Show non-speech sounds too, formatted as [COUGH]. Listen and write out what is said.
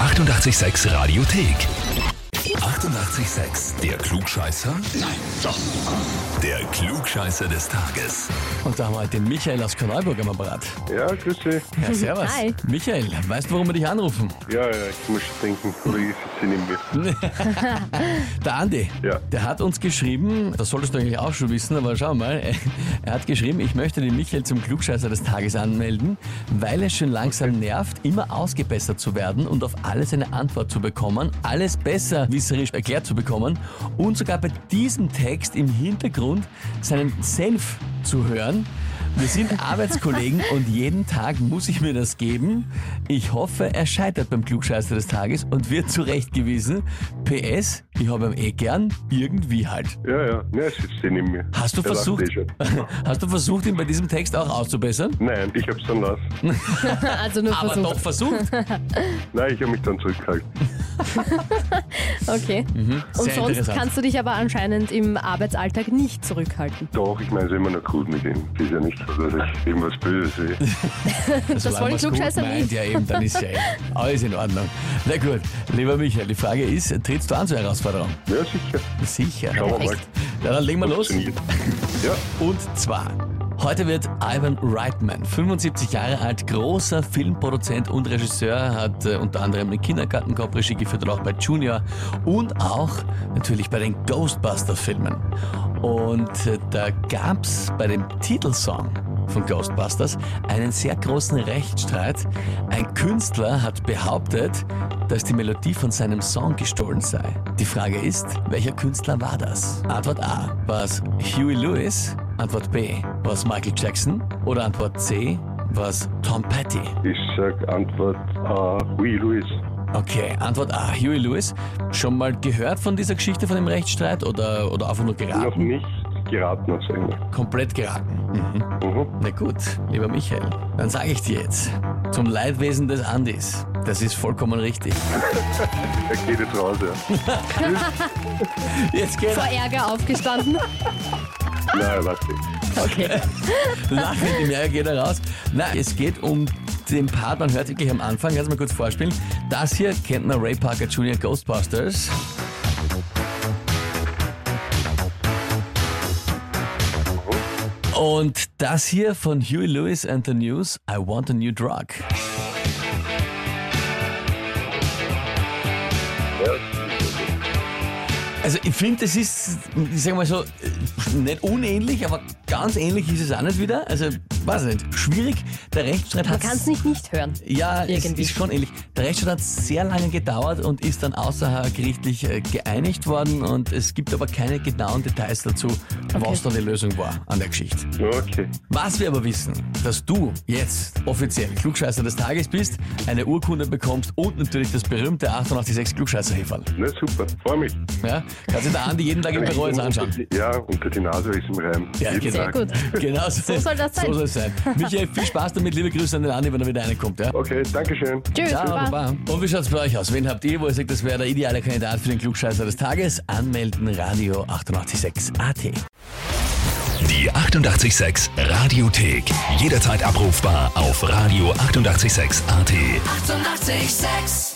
886 Radiothek. 88,6. Der Klugscheißer? Nein, doch. Der Klugscheißer des Tages. Und da haben wir heute den Michael aus Korneuburg am Apparat. Ja, grüß Sie. Ja, servus. Hi. Michael, weißt du, warum wir dich anrufen? Ja, ja, ich muss denken, oder ich sitze neben mir. Der Andi, Ja. der hat uns geschrieben, das solltest du eigentlich auch schon wissen, aber schau mal, [LAUGHS] er hat geschrieben, ich möchte den Michael zum Klugscheißer des Tages anmelden, weil es schon langsam nervt, immer ausgebessert zu werden und auf alles eine Antwort zu bekommen, alles besser wisserisch erklärt zu bekommen und sogar bei diesem Text im Hintergrund seinen Self zu hören. Wir sind Arbeitskollegen und jeden Tag muss ich mir das geben. Ich hoffe, er scheitert beim Klugscheißer des Tages und wird zurechtgewiesen. PS, ich habe ihn eh gern, irgendwie halt. Ja, ja, ne, ich sitze neben mir. Hast du Der lacht versucht, Eh schon. [LAUGHS] hast du versucht, ihn bei diesem Text auch auszubessern? Nein, ich hab's dann lassen. Also nur Aber doch versucht. versucht. [LAUGHS] Nein, ich habe mich dann zurückgehalten. Okay. Und Mhm. Sehr sonst interessant. kannst du dich aber anscheinend im Arbeitsalltag nicht zurückhalten. Doch, ich meine es immer noch gut mit ihm. Es ist ja nicht so, dass ich irgendwas Böses sehe. Das wollen Klugscheißer Also meint, nicht. ja eben, dann ist ja eh alles in Ordnung. Na gut, lieber Michael, die Frage ist, trittst du an zur Herausforderung? Ja, sicher. Sicher. Schauen wir mal. Perfekt. Ja, dann legen wir los. Funktioniert. Ja, Und zwar, heute wird Ivan Reitman, 75 Jahre alt, großer Filmproduzent und Regisseur, hat äh, unter anderem den Kindergartenkorb Regie geführt und auch bei Junior und auch natürlich bei den Ghostbuster-Filmen. Und äh, da gab's bei dem Titelsong von Ghostbusters einen sehr großen Rechtsstreit. Ein Künstler hat behauptet, dass die Melodie von seinem Song gestohlen sei. Die Frage ist, welcher Künstler war das? Antwort A, war es Huey Lewis? Antwort B, war es Michael Jackson? Oder Antwort C, war es Tom Petty? ich sag Antwort A, oui, Luis. Okay, Antwort A, Huey Lewis. Schon mal gehört von dieser Geschichte, von dem Rechtsstreit? Oder, oder einfach nur Noch geraten? nicht geraten hat's eigentlich. Komplett geraten. Mhm. Mhm. Na gut, lieber Michael, dann sage ich dir jetzt, zum Leidwesen des Andis, das ist vollkommen richtig. Er geht jetzt raus, [LAUGHS] ja. Jetzt geht Vor [LAUGHS] Ärger aufgestanden. Nein, warte. Okay. Lachend im Jahr geht er raus. Na, es geht um den Part, man hört wirklich am Anfang, kannst du mal kurz vorspielen. Das hier kennt man Ray Parker Jr. Ghostbusters. Und das hier von Huey Lewis and the News, I Want a New Drug. Also ich finde, das ist, ich sag mal so, äh, nicht unähnlich, aber ganz ähnlich ist es auch nicht wieder. Also, weiß ich nicht, schwierig. Der Rechtsstreit Man hat... kann es nicht nicht hören. Ja, es Irgendwie. ist schon ähnlich. Der Rechtsstreit hat sehr lange gedauert und ist dann außergerichtlich äh, geeinigt worden. Und es gibt aber keine genauen Details dazu, was dann die Lösung war an der Geschichte. Okay. Was wir aber wissen, dass du jetzt offiziell Klugscheißer des Tages bist, eine Urkunde bekommst und natürlich das berühmte 886 Klugscheißer-Heferl. Na super, freu mich. Ja? Kannst du dir Andi jeden Tag im Büro jetzt anschauen. Ja, unter die Nase ist im Reim. Ja, Jeden genau. Sehr Tag. gut. Genau so, soll das sein. So soll es sein. Michael, viel Spaß damit. Liebe Grüße an den Andi, wenn er wieder reinkommt. Ja? Okay, Dankeschön. Tschüss. Baba. Und wie schaut's bei euch aus? Wen habt ihr, wo ihr sagt, das wäre der ideale Kandidat für den Klugscheißer des Tages? Anmelden, Radio 886 AT. Die 88,6 Radiothek. Jederzeit abrufbar auf radio886.at. 88,6. Eighty-eight, sex.